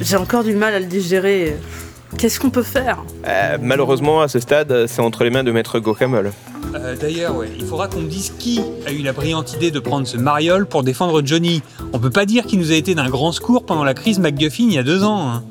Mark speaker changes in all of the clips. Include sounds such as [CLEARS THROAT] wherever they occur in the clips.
Speaker 1: J'ai encore du mal à le digérer. Qu'est-ce qu'on peut faire
Speaker 2: Euh, malheureusement, à ce stade, c'est entre les mains de Maître Gocamol.
Speaker 3: Euh, D'ailleurs, ouais, il faudra qu'on me dise qui a eu la brillante idée de prendre ce mariole pour défendre Johnny. On peut pas dire qu'il nous a été d'un grand secours pendant la crise McGuffin il y a deux ans. hein.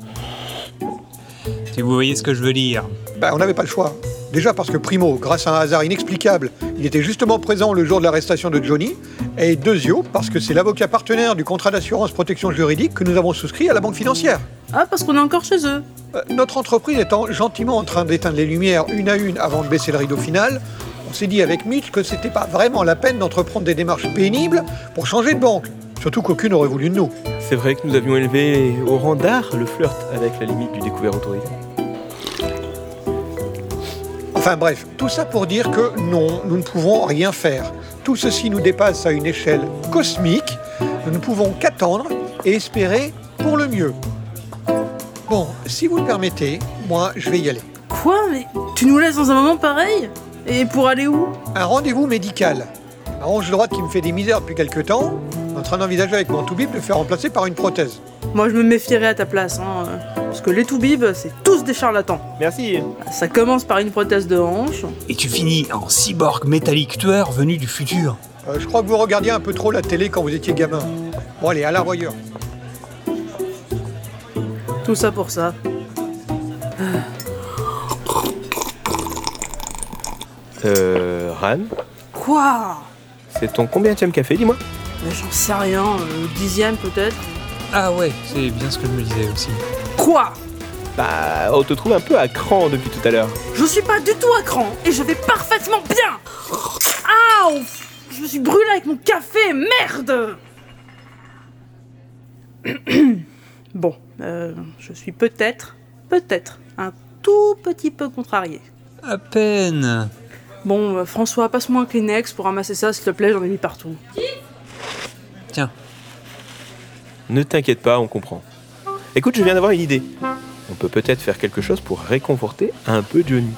Speaker 3: Si vous voyez ce que je veux dire.
Speaker 4: Bah, on n'avait pas le choix. Déjà parce que Primo, grâce à un hasard inexplicable, il était justement présent le jour de l'arrestation de Johnny. Et Dezio, parce que c'est l'avocat partenaire du contrat d'assurance protection juridique que nous avons souscrit à la banque financière.
Speaker 1: Ah, parce qu'on est encore chez eux.
Speaker 4: Euh, notre entreprise étant gentiment en train d'éteindre les lumières une à une avant de baisser le rideau final, on s'est dit avec Mitch que c'était pas vraiment la peine d'entreprendre des démarches pénibles pour changer de banque. Surtout qu'aucune aurait voulu de nous.
Speaker 2: C'est vrai que nous avions élevé au rang d'art le flirt avec la limite du découvert autorisé.
Speaker 4: Enfin bref, tout ça pour dire que non, nous ne pouvons rien faire. Tout ceci nous dépasse à une échelle cosmique. Nous ne pouvons qu'attendre et espérer pour le mieux. Bon, si vous le permettez, moi je vais y aller.
Speaker 1: Quoi Mais tu nous laisses dans un moment pareil Et pour aller où
Speaker 4: Un rendez-vous médical. Un hanche droite qui me fait des misères depuis quelque temps, en train d'envisager avec mon toubib de le faire remplacer par une prothèse.
Speaker 1: Moi, je me méfierais à ta place, hein, euh, parce que les toubibs, c'est tous des charlatans.
Speaker 2: Merci.
Speaker 1: Ça commence par une prothèse de hanche.
Speaker 3: Et tu finis en cyborg métallique tueur venu du futur.
Speaker 4: Euh, je crois que vous regardiez un peu trop la télé quand vous étiez gamin. Bon allez, à l'arboyeur.
Speaker 1: Tout ça pour ça.
Speaker 2: Euh, Ran,
Speaker 1: Quoi
Speaker 2: c'est ton combien de café, dis-moi
Speaker 1: Mais j'en sais rien, euh, dixième peut-être.
Speaker 3: Ah ouais, c'est bien ce que je me disais aussi.
Speaker 1: Quoi
Speaker 2: Bah, on te trouve un peu à cran depuis tout à l'heure.
Speaker 1: Je suis pas du tout à cran et je vais parfaitement bien Aouh Je me suis brûlé avec mon café, merde [CLEARS THROAT] Bon, euh, je suis peut-être, peut-être, un tout petit peu contrarié.
Speaker 3: À peine.
Speaker 1: Bon, euh, François, passe-moi un Kleenex pour ramasser ça, s'il te plaît, j'en ai mis partout.
Speaker 3: Tiens,
Speaker 2: Ne t'inquiète pas, on comprend. Écoute, je viens d'avoir une idée. On peut peut-être faire quelque chose pour réconforter un peu Johnny.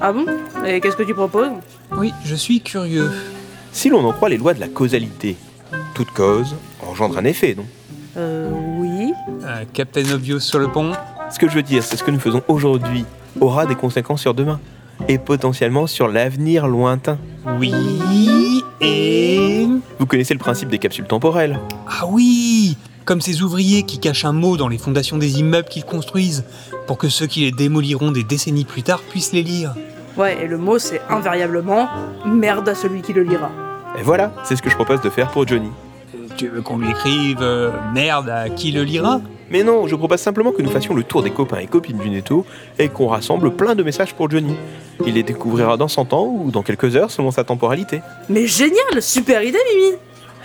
Speaker 1: Ah bon Et qu'est-ce que tu proposes
Speaker 3: oui, je suis curieux.
Speaker 2: Si l'on en croit les lois de la causalité, toute cause engendre un effet, non
Speaker 1: Euh, oui.
Speaker 3: Euh, Captain Obvious sur le pont.
Speaker 2: Ce que je veux dire, c'est ce que nous faisons aujourd'hui aura des conséquences sur demain et potentiellement sur l'avenir lointain.
Speaker 3: Oui et...
Speaker 2: Vous connaissez le principe des capsules temporelles.
Speaker 3: Ah oui Comme ces ouvriers qui cachent un mot dans les fondations des immeubles qu'ils construisent, pour que ceux qui les démoliront des décennies plus tard puissent les lire.
Speaker 1: Ouais, et le mot, c'est invariablement merde à celui qui le lira.
Speaker 2: Et voilà, c'est ce que je propose de faire pour Johnny.
Speaker 3: Euh, Tu veux qu'on lui écrive euh, merde à qui le lira
Speaker 2: Mais non, je propose simplement que nous fassions le tour des copains et copines du Netto et qu'on rassemble plein de messages pour Johnny. Il les découvrira dans 100 ans ou dans quelques heures selon sa temporalité.
Speaker 1: Mais génial Super idée, Mimi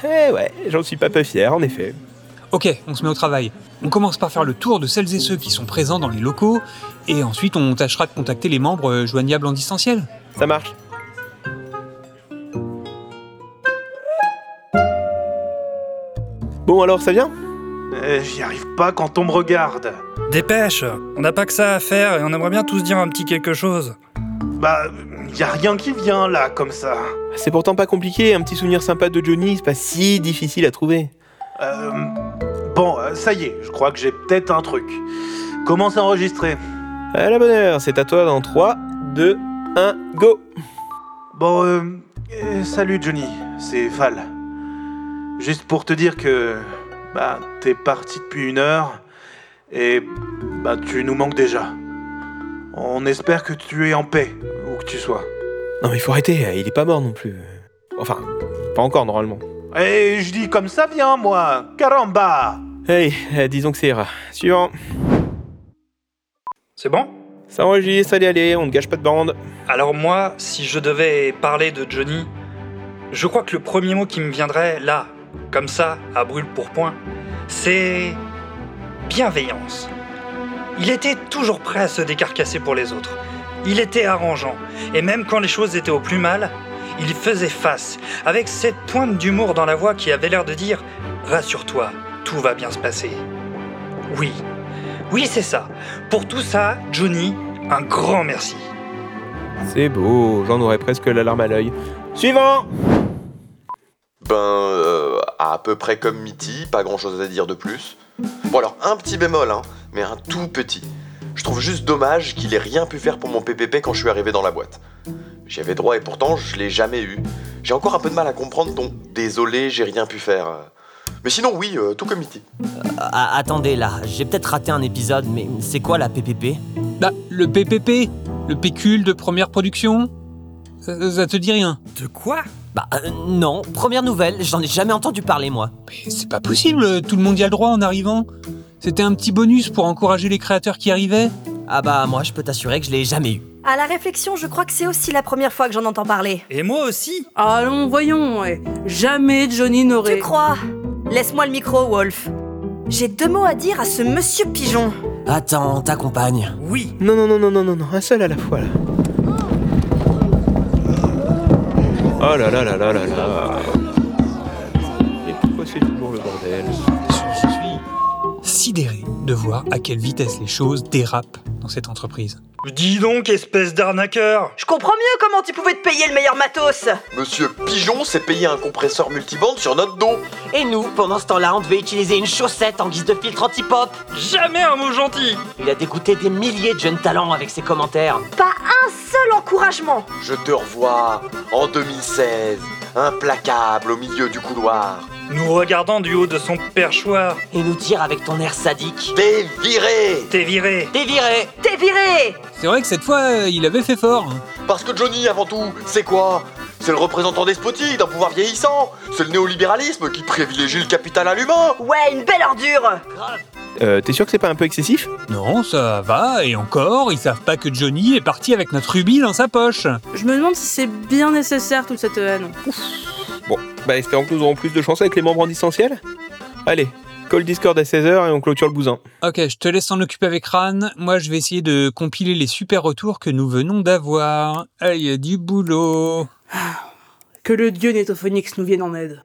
Speaker 2: Eh ouais, j'en suis pas peu fier en effet.
Speaker 3: Ok, on se met au travail. On commence par faire le tour de celles et ceux qui sont présents dans les locaux, et ensuite on tâchera de contacter les membres euh, joignables en distanciel.
Speaker 2: Ça marche. Bon alors, ça vient
Speaker 5: Euh, J'y arrive pas quand on me regarde.
Speaker 6: Dépêche On n'a pas que ça à faire et on aimerait bien tous dire un petit quelque chose.
Speaker 5: Bah, y a rien qui vient là, comme ça.
Speaker 2: C'est pourtant pas compliqué, un petit souvenir sympa de Johnny, c'est pas si difficile à trouver.
Speaker 5: Euh, bon, euh, ça y est, je crois que j'ai peut-être un truc. Commence à enregistrer.
Speaker 2: À la bonne heure, c'est à toi dans 3, 2, 1, go
Speaker 5: Bon, euh, euh, salut Johnny, c'est Fal. Juste pour te dire que, bah, t'es parti depuis une heure et, bah, tu nous manques déjà. On espère que tu es en paix, où que tu sois.
Speaker 2: Non mais faut arrêter, euh, il est pas mort non plus. Euh, Enfin, pas encore normalement.
Speaker 5: Et je dis comme ça vient, moi Caramba
Speaker 2: Hey, euh, disons que c'est ira. Suivant.
Speaker 6: C'est bon
Speaker 2: Ça enregistre, allez, allez, on ne gâche pas de bande.
Speaker 6: Alors moi, si je devais parler de Johnny, je crois que le premier mot qui me viendrait là, comme ça, à brûle pour point, c'est bienveillance. Il était toujours prêt à se décarcasser pour les autres. Il était arrangeant, et même quand les choses étaient au plus mal, il faisait face, avec cette pointe d'humour dans la voix qui avait l'air de dire ⁇ Rassure-toi, tout va bien se passer ⁇ Oui, oui c'est ça. Pour tout ça, Johnny, un grand merci.
Speaker 2: C'est beau, j'en aurais presque la larme à l'œil. Suivant
Speaker 7: Ben, euh, à peu près comme Mitty, pas grand chose à dire de plus. Bon, alors, un petit bémol, hein, mais un tout petit. Je trouve juste dommage qu'il ait rien pu faire pour mon PPP quand je suis arrivé dans la boîte. J'y avais droit et pourtant je l'ai jamais eu. J'ai encore un peu de mal à comprendre ton désolé, j'ai rien pu faire. Mais sinon, oui, euh, tout comme Mitty.
Speaker 8: Ah, attendez là, j'ai peut-être raté un épisode, mais c'est quoi la PPP
Speaker 3: Bah, le PPP, le pécule de première production, ça, ça te dit rien
Speaker 6: De quoi
Speaker 8: Bah euh, non, première nouvelle, j'en ai jamais entendu parler moi.
Speaker 3: Mais c'est pas possible, tout le monde y a le droit en arrivant. C'était un petit bonus pour encourager les créateurs qui arrivaient.
Speaker 8: Ah bah moi je peux t'assurer que je l'ai jamais eu.
Speaker 9: À la réflexion, je crois que c'est aussi la première fois que j'en entends parler.
Speaker 6: Et moi aussi
Speaker 1: Allons, voyons, ouais. Jamais Johnny n'aurait.
Speaker 9: Tu crois Laisse-moi le micro, Wolf. J'ai deux mots à dire à ce monsieur pigeon.
Speaker 8: Attends, t'accompagne.
Speaker 6: Oui
Speaker 2: Non, non, non, non, non, non, non, un seul à la fois là. Oh là là là là là là. Mais pourquoi c'est toujours le bordel
Speaker 3: Je suis sidéré de voir à quelle vitesse les choses dérapent dans cette entreprise.
Speaker 6: Dis donc, espèce d'arnaqueur
Speaker 9: Je comprends mieux comment tu pouvais te payer le meilleur matos.
Speaker 7: Monsieur Pigeon s'est payé un compresseur multibande sur notre dos.
Speaker 8: Et nous, pendant ce temps-là, on devait utiliser une chaussette en guise de filtre anti-pop.
Speaker 6: Jamais un mot gentil
Speaker 8: Il a dégoûté des milliers de jeunes talents avec ses commentaires.
Speaker 9: Pas un seul encouragement.
Speaker 7: Je te revois en 2016, implacable au milieu du couloir.
Speaker 6: Nous regardant du haut de son perchoir,
Speaker 8: Et nous tire avec ton air sadique.
Speaker 7: T'es viré
Speaker 6: t'es viré
Speaker 8: T'es viré
Speaker 9: T'es viré.
Speaker 3: C'est vrai que cette fois, euh, il avait fait fort. hein.
Speaker 7: Parce que Johnny, avant tout, c'est quoi C'est le représentant despotique d'un pouvoir vieillissant. C'est le néolibéralisme qui privilégie le capital à l'humain.
Speaker 9: Ouais, une belle ordure.
Speaker 2: Euh, T'es sûr que c'est pas un peu excessif
Speaker 3: Non, ça va, et encore, ils savent pas que Johnny est parti avec notre rubis dans sa poche.
Speaker 1: Je me demande si c'est bien nécessaire toute cette haine.
Speaker 2: Bon, bah espérons que nous aurons plus de chance avec les membres en distanciel. Allez, call Discord à 16h et on clôture le bousin.
Speaker 3: Ok, je te laisse en occuper avec Ran. Moi, je vais essayer de compiler les super retours que nous venons d'avoir. Ah, il y a du boulot.
Speaker 1: Que le dieu Netophonix nous vienne en aide.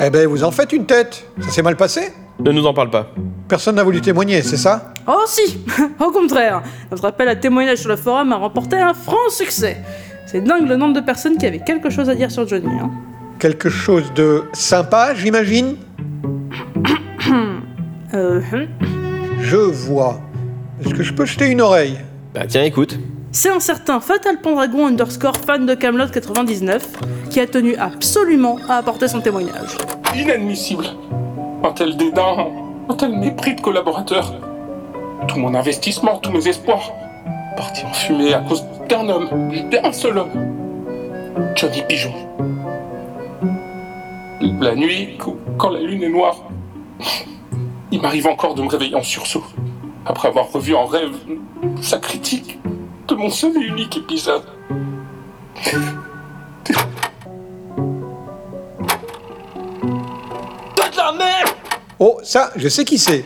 Speaker 4: Eh ben, vous en faites une tête. Ça s'est mal passé
Speaker 2: Ne nous en parle pas.
Speaker 4: Personne n'a voulu témoigner, c'est ça
Speaker 1: Oh si [LAUGHS] Au contraire, notre appel à témoignage sur le forum a remporté un franc succès. C'est dingue le nombre de personnes qui avaient quelque chose à dire sur Johnny. Hein.
Speaker 4: Quelque chose de sympa, j'imagine
Speaker 1: Euh, hum.
Speaker 4: Je vois. Est-ce que je peux jeter une oreille
Speaker 2: Bah tiens, écoute.
Speaker 1: C'est un certain Fatal Pendragon underscore fan de Camelot 99 qui a tenu absolument à apporter son témoignage.
Speaker 10: Inadmissible. Un tel dédain, un tel mépris de collaborateurs. Tout mon investissement, tous mes espoirs. Parti en fumée à cause d'un homme, d'un seul homme. Johnny Pigeon. La nuit, qu- quand la lune est noire, il m'arrive encore de me réveiller en sursaut. Après avoir revu en rêve sa critique de mon seul et unique épisode.
Speaker 4: Oh, ça, je sais qui c'est.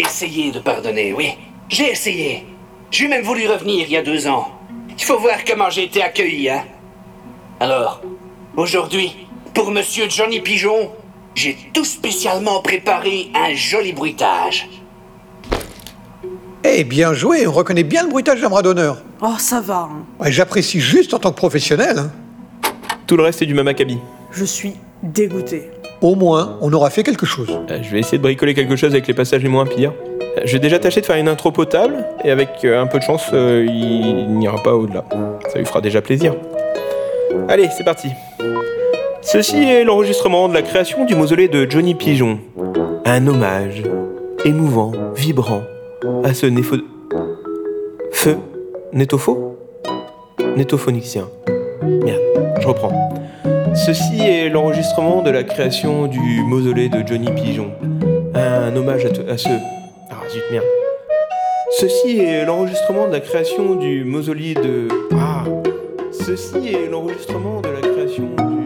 Speaker 11: Essayez de pardonner, oui. J'ai essayé. J'ai même voulu revenir il y a deux ans. Il faut voir comment j'ai été accueilli, hein. Alors, aujourd'hui, pour Monsieur Johnny Pigeon, j'ai tout spécialement préparé un joli bruitage.
Speaker 4: Eh, bien joué, on reconnaît bien le bruitage d'un bras d'honneur.
Speaker 1: Oh ça va, hein.
Speaker 4: Ouais, J'apprécie juste en tant que professionnel. hein.
Speaker 2: Tout le reste est du même acabit.
Speaker 1: je suis dégoûtée.
Speaker 4: Au moins, on aura fait quelque chose.
Speaker 2: Euh, je vais essayer de bricoler quelque chose avec les passages les moins pires. Euh, je vais déjà tâcher de faire une intro potable et avec euh, un peu de chance, euh, il n'ira pas au-delà. Ça lui fera déjà plaisir. Allez, c'est parti. Ceci est l'enregistrement de la création du mausolée de Johnny Pigeon. Un hommage émouvant, vibrant à ce néfo... Feu Nétopho Nétophonicien. Merde, je reprends. Ceci est l'enregistrement de la création du mausolée de Johnny Pigeon. Un hommage à, t- à ce. Ah zut merde. Ceci est l'enregistrement de la création du mausolée de. Ah Ceci est l'enregistrement de la création du. euh,